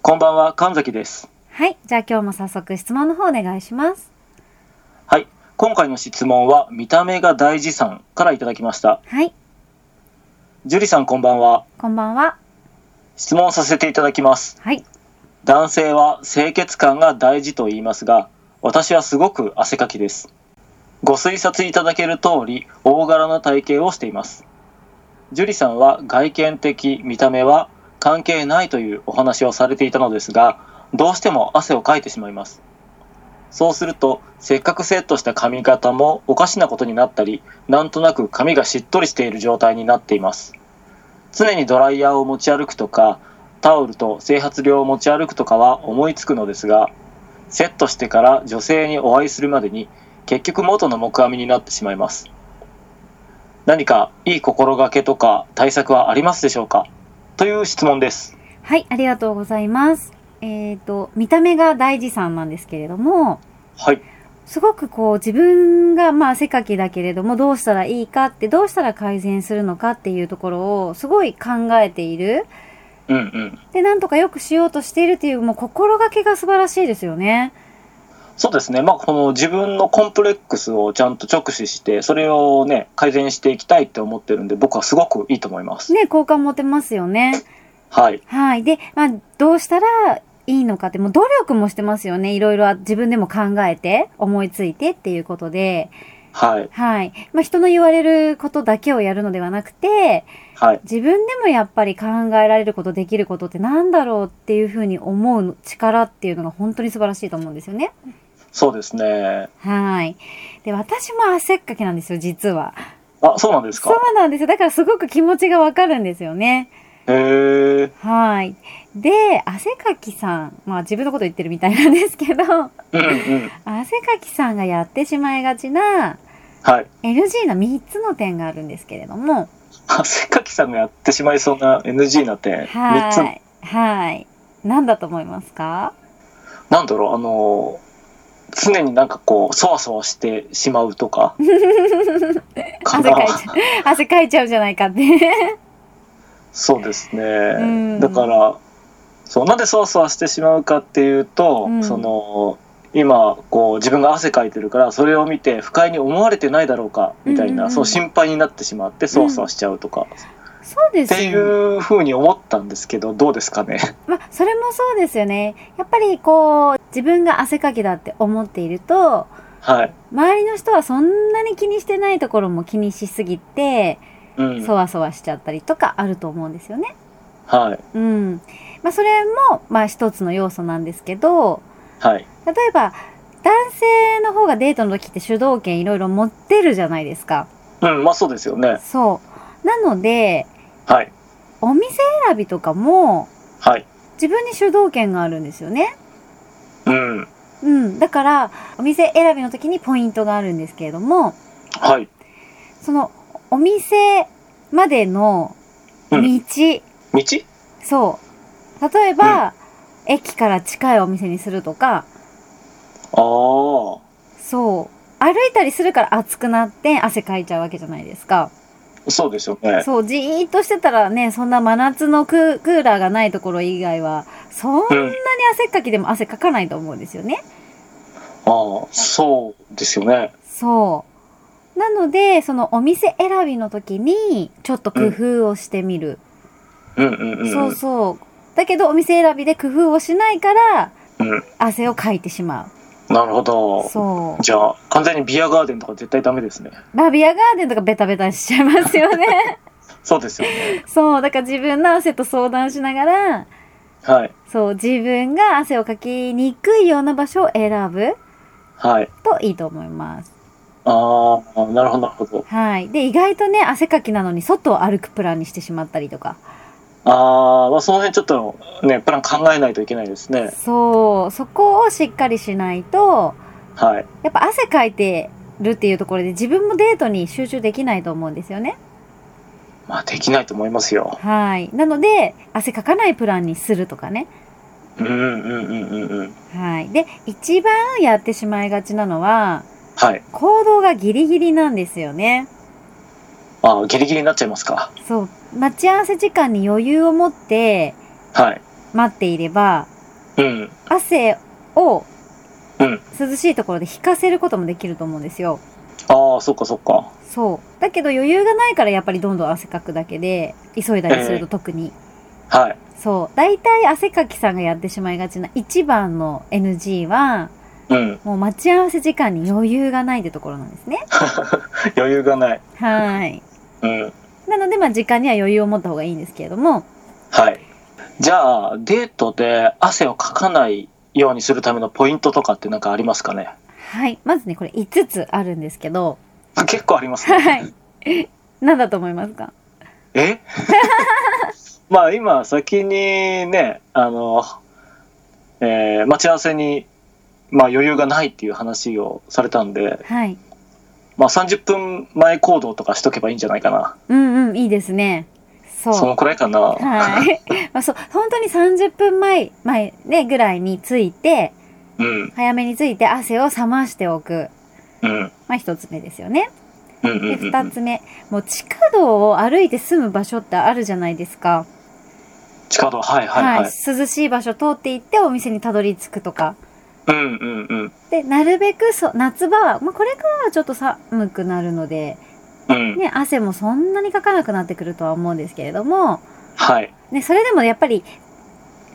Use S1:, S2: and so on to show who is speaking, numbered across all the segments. S1: こんばんは、神崎です。
S2: はい、じゃあ今日も早速質問の方お願いします。
S1: はい。今回の質問は、見た目が大事さんからいただきました。
S2: はい、
S1: 樹里さんこんばんは。
S2: こんばんは。
S1: 質問させていただきます。
S2: はい。
S1: 男性は清潔感が大事と言いますが、私はすごく汗かきです。ご推察いただける通り、大柄な体型をしています。樹里さんは外見的見た目は関係ないというお話をされていたのですが、どうしても汗をかいてしまいます。そうすると、せっかくセットした髪型もおかしなことになったり、なんとなく髪がしっとりしている状態になっています。常にドライヤーを持ち歩くとか、タオルと整髪料を持ち歩くとかは思いつくのですが、セットしてから女性にお会いするまでに結局元の木阿弥になってしまいます。何かいい心がけとか対策はありますでしょうかという質問です。
S2: はい、ありがとうございます。えっ、と、見た目が大事さんなんですけれども、
S1: はい。
S2: すごくこう自分がまあ汗かきだけれどもどうしたらいいかってどうしたら改善するのかっていうところをすごい考えている。
S1: うんうん。
S2: で、なんとかよくしようとしているっていうもう心がけが素晴らしいですよね。
S1: そうですね。まあ、この自分のコンプレックスをちゃんと直視して、それをね、改善していきたいって思ってるんで、僕はすごくいいと思います。
S2: ね、好感持てますよね。
S1: はい。
S2: はい。で、まあどうしたらいいのかってもう努力もしてますよね。いろいろ自分でも考えて思いついてっていうことで。
S1: はい。
S2: はい。まあ人の言われることだけをやるのではなくて、
S1: はい。
S2: 自分でもやっぱり考えられることできることってなんだろうっていうふうに思う力っていうのが本当に素晴らしいと思うんですよね。
S1: そうですね。
S2: はい。で、私も汗っかきなんですよ、実は。
S1: あ、そうなんです
S2: そ
S1: か。
S2: うなんですよ。だからすごく気持ちがわかるんですよね。
S1: へえ。
S2: はい。で、汗かきさん。まあ自分のこと言ってるみたいなんですけど、
S1: うんうん。
S2: 汗かきさんがやってしまいがちな
S1: はい。
S2: NG の3つの点があるんですけれども、
S1: 汗かきさんがやってしまいそうな NG な点、3つ、
S2: はい。はい。何だと思いますか
S1: なんだろう、あのー、常になんかこう、そわそわしてしまう とか。か
S2: 汗
S1: な
S2: かいちゃう。汗かいちゃうじゃないか って。
S1: そうです
S2: ん
S1: ね。だから、そう、なんでそわそわしてしまうかっていうと、
S2: うん
S1: その、今、こう、自分が汗かいてるから、それを見て、不快に思われてないだろうか、みたいな、
S2: うんうん
S1: そう、心配になってしまって、そわそわしちゃうとか、っ
S2: そうです
S1: てい
S2: よね。
S1: うふうに思ったんですけど、どうですかね。
S2: まあ、それもそうですよね。やっぱりこう、自分が汗かきだって思っていると、
S1: はい。
S2: 周りの人はそんなに気にしてないところも気にしすぎて、
S1: うん。
S2: そわそわしちゃったりとかあると思うんですよね。
S1: はい。
S2: うん。まあ、それも、まあ、一つの要素なんですけど、
S1: はい。
S2: 例えば、男性の方がデートの時って主導権いろいろ持ってるじゃないですか。
S1: うん、まあそうですよね。
S2: そう。なので、
S1: はい。
S2: お店選びとかも、
S1: はい。
S2: 自分に主導権があるんですよね。
S1: うん。
S2: うん。だから、お店選びの時にポイントがあるんですけれども、
S1: はい。
S2: その、お店までの道、
S1: うん道
S2: そう。例えば、駅から近いお店にするとか、
S1: ああ。
S2: そう。歩いたりするから暑くなって汗かいちゃうわけじゃないですか。
S1: そうですよね。
S2: そう、じーっとしてたらね、そんな真夏のククーラーがないところ以外は、そんなに汗っかきでも汗かかないと思うんですよね。
S1: ああ、そうですよね。
S2: そう。なので、そのお店選びの時に、ちょっと工夫をしてみる。
S1: うんうんうん。
S2: そうそう。だけど、お店選びで工夫をしないから、
S1: うん。
S2: 汗をかいてしま
S1: なるほど
S2: う。。そう。
S1: じゃあ、完全にビアガーデンとか絶対ダメですね。
S2: ラビアガーデンとかベタベタしちゃいますよ ね。
S1: そうですよね。
S2: そう。だから自分の汗と相談しながら、
S1: はい。
S2: そう、自分が汗をかきにくいような場所を選ぶ
S1: はい。
S2: といいと思います。
S1: ああ、なるほど、なるほど。
S2: はい。で、意外とね、汗かきなのに外を歩くプランにしてしまったりとか。
S1: ああ、まあその辺ちょっとね、プラン考えないといけないですね。
S2: そう、そこをしっかりしないと、
S1: はい。
S2: やっぱ汗かいてるっていうところで自分もデートに集中できないと思うんですよね。
S1: まあできないと思いますよ。
S2: はい。なので、汗かかないプランにするとかね。
S1: うんうんうんうんうん。
S2: はい。で、一番やってしまいがちなのは、
S1: はい。
S2: 行動がギリギリなんですよね。
S1: ああ、ギリギリになっちゃいますか。
S2: そう。待ち合わせ時間に余裕を持って
S1: はい。
S2: 待っていれば、
S1: うん。
S2: 汗を
S1: うん。
S2: 涼しいところで引かせることもできると思うんですよ。
S1: ああ、そっかそっか。
S2: そう。だけど余裕がないからやっぱりどんどん汗かくだけで、急いだりすると特に。
S1: はい。
S2: そう。大体汗かきさんがやってしまいがちな一番の NG は、
S1: うん。
S2: もう待ち合わせ時間に余裕がないってところなんですね。
S1: 余裕がない。
S2: はい。
S1: うん。
S2: なので、まあ時間には余裕を持った方がいいんですけれども、
S1: はい。じゃあ、デートで汗をかかないようにするためのポイントとかってなんかありますかね
S2: はい。まずね、これ5つあるんですけど、
S1: 結構あ りますね。
S2: はい。何だと思いますか
S1: え まあ今先にねあの、えー待ち合わせに、まあ、余裕がないっていう話をされたんで、
S2: はい。
S1: まあ、30分前行動とかしとけばいいんじゃないかな
S2: うんうん、いいですね。そう。
S1: そのくらいかな、
S2: はい。まあそう、本当に30分前、前ね、ぐらいについて、
S1: うん
S2: 早めについて汗を冷ましておく。
S1: うん
S2: まあ一つ目ですよね。
S1: うんうん
S2: で、
S1: うんう
S2: 二
S1: ん
S2: つ目。もう地下道を歩いて住む場所ってあるじゃないですか。
S1: 地下道はいはいはい、
S2: 涼しい場所通っていってお店にたどり着くとか。
S1: うんうんうん
S2: で、なるべくそ、夏場は、まあこれからはちょっと寒くなるので、
S1: うん
S2: ね、汗もそんなにかかなくなってくるとは思うんですけれども、
S1: はい
S2: ね、それでもやっぱり、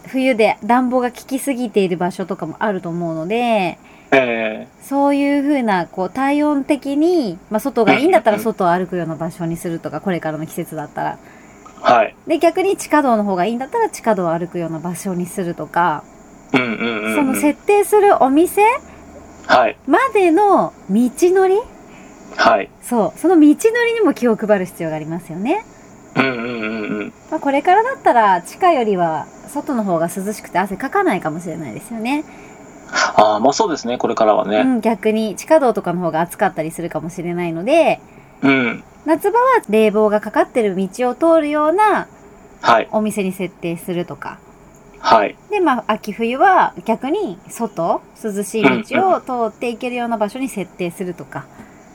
S2: 冬で暖房が効きすぎている場所とかもあると思うので、
S1: え
S2: そういうふうな、こう、体温的に、まあ、外がいいんだったら外を歩くような場所にするとか、これからの季節だったら。
S1: ー、はい
S2: で、逆に地下道の方がいいんだったら地下道を歩くような場所にするとか、
S1: うんうんうん、うん、
S2: その設定するお店
S1: はい
S2: までの道のり
S1: はい
S2: そう、その道のりにも気を配る必要がありますよね。
S1: うんうんうんうん
S2: まあ、これからだったら地下よりは外の方が涼しくて汗かかないかもしれないですよね。
S1: ああまあそうですねこれからは
S2: う
S1: ね
S2: ん、逆に地下道とかの方が暑かったりするかもしれないので、
S1: うん
S2: 夏場は冷房がかかってる道を通るような
S1: はい
S2: お店に設定するとか。
S1: はい
S2: で、まあ、秋冬は逆に外、涼しい道を通っていけるような場所に設定するとか、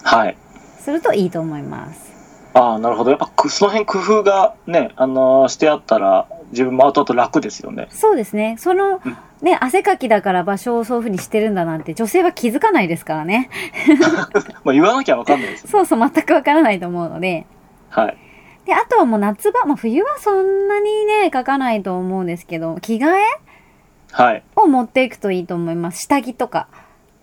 S1: はい
S2: するといいと思います。
S1: ああ、なるほど。やっぱくその辺工夫がね、あのーしてあったら、自分も後々楽ですよね。
S2: そうですね。その
S1: うん、
S2: ね、汗かきだから場所をそういう風にしてるんだなんて女性は気づかないですからね。
S1: まあ、言わなきゃわかんないですよ。
S2: そうそう、全くわからないと思うので。
S1: はい。
S2: で、あとはもう夏場、まあ冬はそんなにね、かかないと思うんですけど、着替え
S1: はい。
S2: を持っていくといいと思います。下着とか。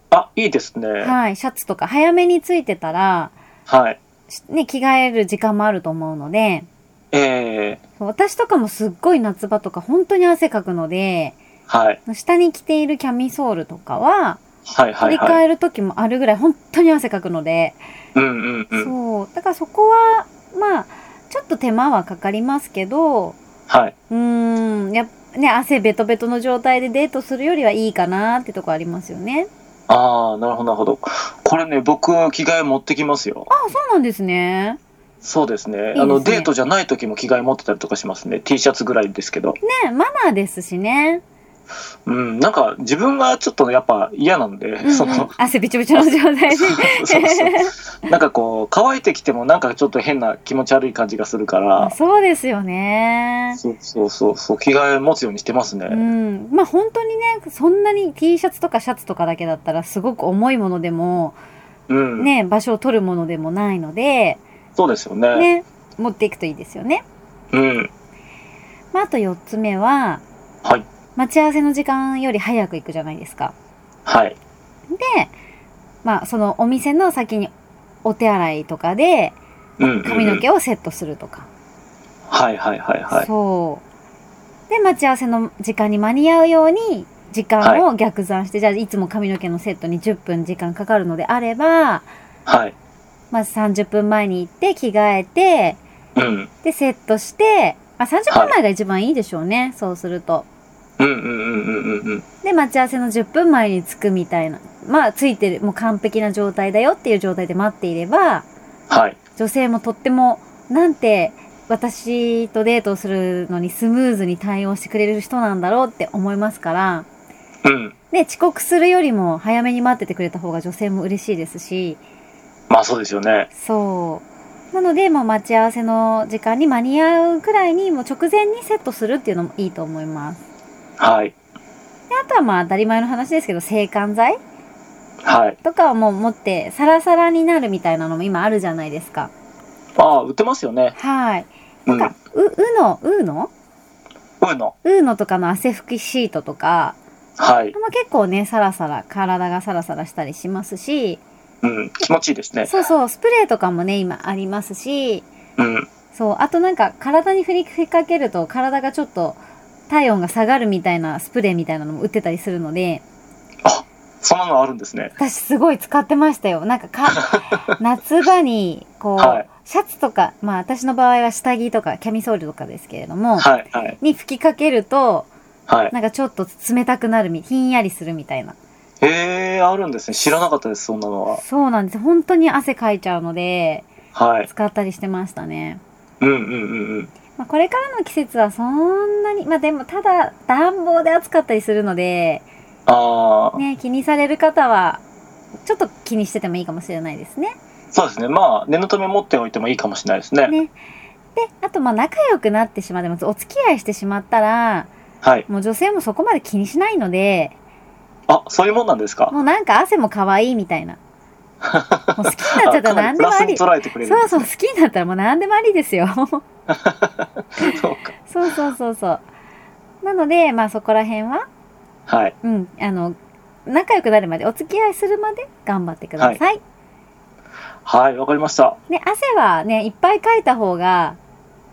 S1: あ、いいですね。は
S2: はい、シャツとか早めについてたら、
S1: い。
S2: しね、着替える時間もあると思うので、
S1: ええ
S2: 私とかもすっごい夏場とか本当に汗かくので、
S1: はい。
S2: 下に着ているキャミソールとかは、
S1: はいはい
S2: 取り替
S1: はい。
S2: える時もあるぐらい本当に汗かくので、
S1: うんうんうん。
S2: そう、だからそこは、まあ、ちょっと手間はかかりますけど、
S1: はい。
S2: うーん、やっぱね、汗ベトベトの状態でデートするよりはいいかなってとこありますよね。
S1: ああ、なるほどなるほど。これね、僕、着替え持ってきますよ。
S2: あ、そうなんですね。
S1: そうですね。
S2: すね
S1: あの、デートじゃない時も着替え持ってたりとかしますね。T シャツぐらいですけど。
S2: ね、マナーですしね。
S1: うん、なんか自分がちょっとやっぱ嫌なんで、
S2: うんうん
S1: その、
S2: 汗びちょびちょの状態で
S1: そうそうなんかこう乾いてきてもなんかちょっと変な気持ち悪い感じがするから、
S2: そうですよね
S1: そうそうそうそう着替え持つようにしてますね、
S2: うん、まあ本当にねそんなに T シャツとかシャツとかだけだったらすごく重いものでも、
S1: うん
S2: ね場所を取るものでもないので、
S1: そうですよね
S2: ね、持っていくといいですよね。
S1: うん
S2: まあ、あと4つ目は
S1: はい
S2: 待ち合わせの時間より早く行くじゃないですか。
S1: はい
S2: で、まあ、そのお店の先にお手洗いとかで
S1: うんうんうん
S2: 髪の毛をセットするとか、
S1: はいはいはいはい
S2: そうで待ち合わせの時間に間に合うように時間を逆算して、じゃあいつも髪の毛のセットに10分時間かかるのであれば
S1: はい
S2: まず30分前に行って着替えて
S1: うん
S2: でセットして、まあ、30分前が一番いいでしょうね、そうすると。
S1: うんうんうんうんうんうん
S2: で待ち合わせの10分前に着くみたいなまあ着いてるもう完璧な状態だよっていう状態で待っていれば
S1: はい
S2: 女性もとってもなんて私とデートをするのにスムーズに対応してくれる人なんだろうって思いますから、
S1: うん
S2: ね、遅刻するよりも早めに待っててくれた方が女性も嬉しいですし
S1: まあそうですよね
S2: そうなのでもう待ち合わせの時間に間に合うくらいにもう直前にセットするっていうのもいいと思います
S1: はい
S2: であとはまあ当たり前の話ですけど制汗剤
S1: はい
S2: とかをもう持ってサラサラになるみたいなのも今あるじゃないですか
S1: ああ売ってますよね
S2: はい
S1: うん
S2: なんか、ううのうの
S1: うんの
S2: ウーノとかの汗拭きシートとか、
S1: はい
S2: まあ、結構ねサラサラ体がサラサラしたりしますし
S1: うん気持ちいいですね
S2: そうそうスプレーとかもね今ありますし
S1: うん
S2: そうあとなんか体に振りかけると体がちょっと体温が下がるみたいなスプレーみたいなのも売ってたりするので
S1: そんなのあるんですね
S2: 私すごい使ってましたよなんか か夏場にこう、
S1: はい
S2: シャツとかまあ私の場合は下着とかキャミソールとかですけれども、
S1: はいはい
S2: に吹きかけると
S1: はい
S2: なんかちょっと冷たくなるみひんやりするみたいな
S1: へえあるんですね知らなかったですそんなのは
S2: そうなんです。本当に汗かいちゃうので、
S1: はい
S2: 使ったりしてましたね。
S1: うんうんうんうん
S2: まあ、これからの季節はそんなに、まあでもただ暖房で暑かったりするので、
S1: ああ、
S2: ね、気にされる方は、ちょっと気にしててもいいかもしれないですね。
S1: そうですねまあ念のため持っておいてもいいかもしれないですね
S2: ねで、あとまあ仲良くなってしまって、まずお付き合いしてしまったら、
S1: はい
S2: もう女性もそこまで気にしないので、
S1: あそういうもんなんですか
S2: もうなんか汗も可愛いみたいな。もう好きになっちゃ
S1: あ
S2: った
S1: からな
S2: 何で
S1: りプ
S2: も
S1: ラス
S2: あ
S1: に
S2: り。
S1: 捉えてくれるん
S2: そ
S1: で
S2: うそう、好きになったらもう何でもありですよ。
S1: すそうか
S2: そうそうそうそう。なので、まあそこら辺は、
S1: はい
S2: うん、あの、仲良くなるまで、お付き合いするまで頑張ってください。
S1: はいわかりました
S2: ね、汗はね、いっぱいかいた方が、
S1: うん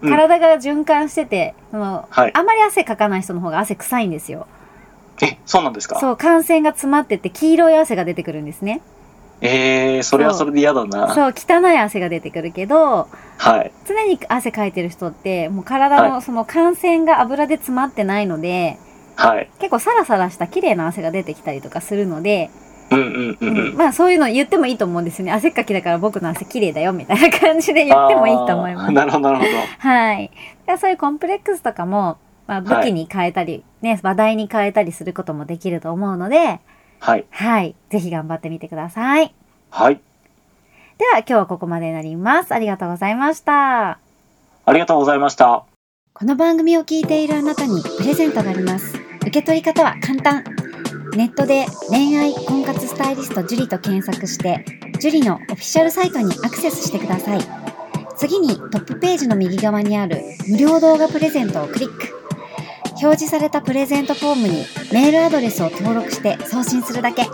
S2: 体が循環してて、その、
S1: はい
S2: あまり汗かかない人の方が汗臭いんですよ。
S1: えそうなんですか
S2: そう、汗腺が詰まってて、黄色い汗が出てくるんですね。
S1: えー、それはそれで嫌だな
S2: そう、汚い汗が出てくるけど、
S1: はい
S2: 常に汗かいてる人って、もう体
S1: は
S2: のその汗腺が油で詰まってないので、
S1: はい
S2: 結構サラサラした綺麗な汗が出てきたりとかするので、
S1: うんうんうんうん
S2: まあそういうの言ってもいいと思うんですよね。汗っかきだから僕の汗綺麗だよみたいな感じで言ってもいいと思いま
S1: あー
S2: す。
S1: なるほどなるほ
S2: はい。だからそういうコンプレックスとかも、まあ武器に変えたり、ね、話題に変えたりすることもできると思うので、
S1: どはい
S2: はい。ぜひ頑張ってみてください。
S1: はい
S2: では今日はここまでになります。ありがとうございました。
S1: ありがとうございました
S2: この番組を聞いているあなたにプレゼントがあります。受け取り方は簡単。ネットで恋愛婚活スタイリスト樹と検索して、樹のオフィシャルサイトにアクセスしてください。次にトップページの右側にある無料動画プレゼントをクリック。表示されたプレゼントフォームにメールアドレスを登録して送信するだけ。ポ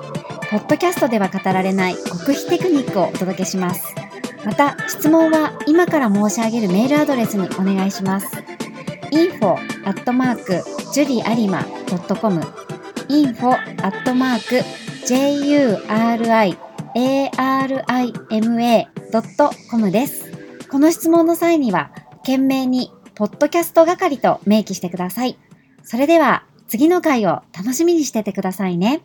S2: ッドキャストでは語られない極秘テクニックをお届けします。また、質問は今から申し上げるメールアドレスにお願いします。info アットマーク juriarima.com info アットマーク juriarima.com です。この質問の際には、懸命に、ポッドキャスト係と明記してください。それでは、次の回を楽しみにしててくださいね。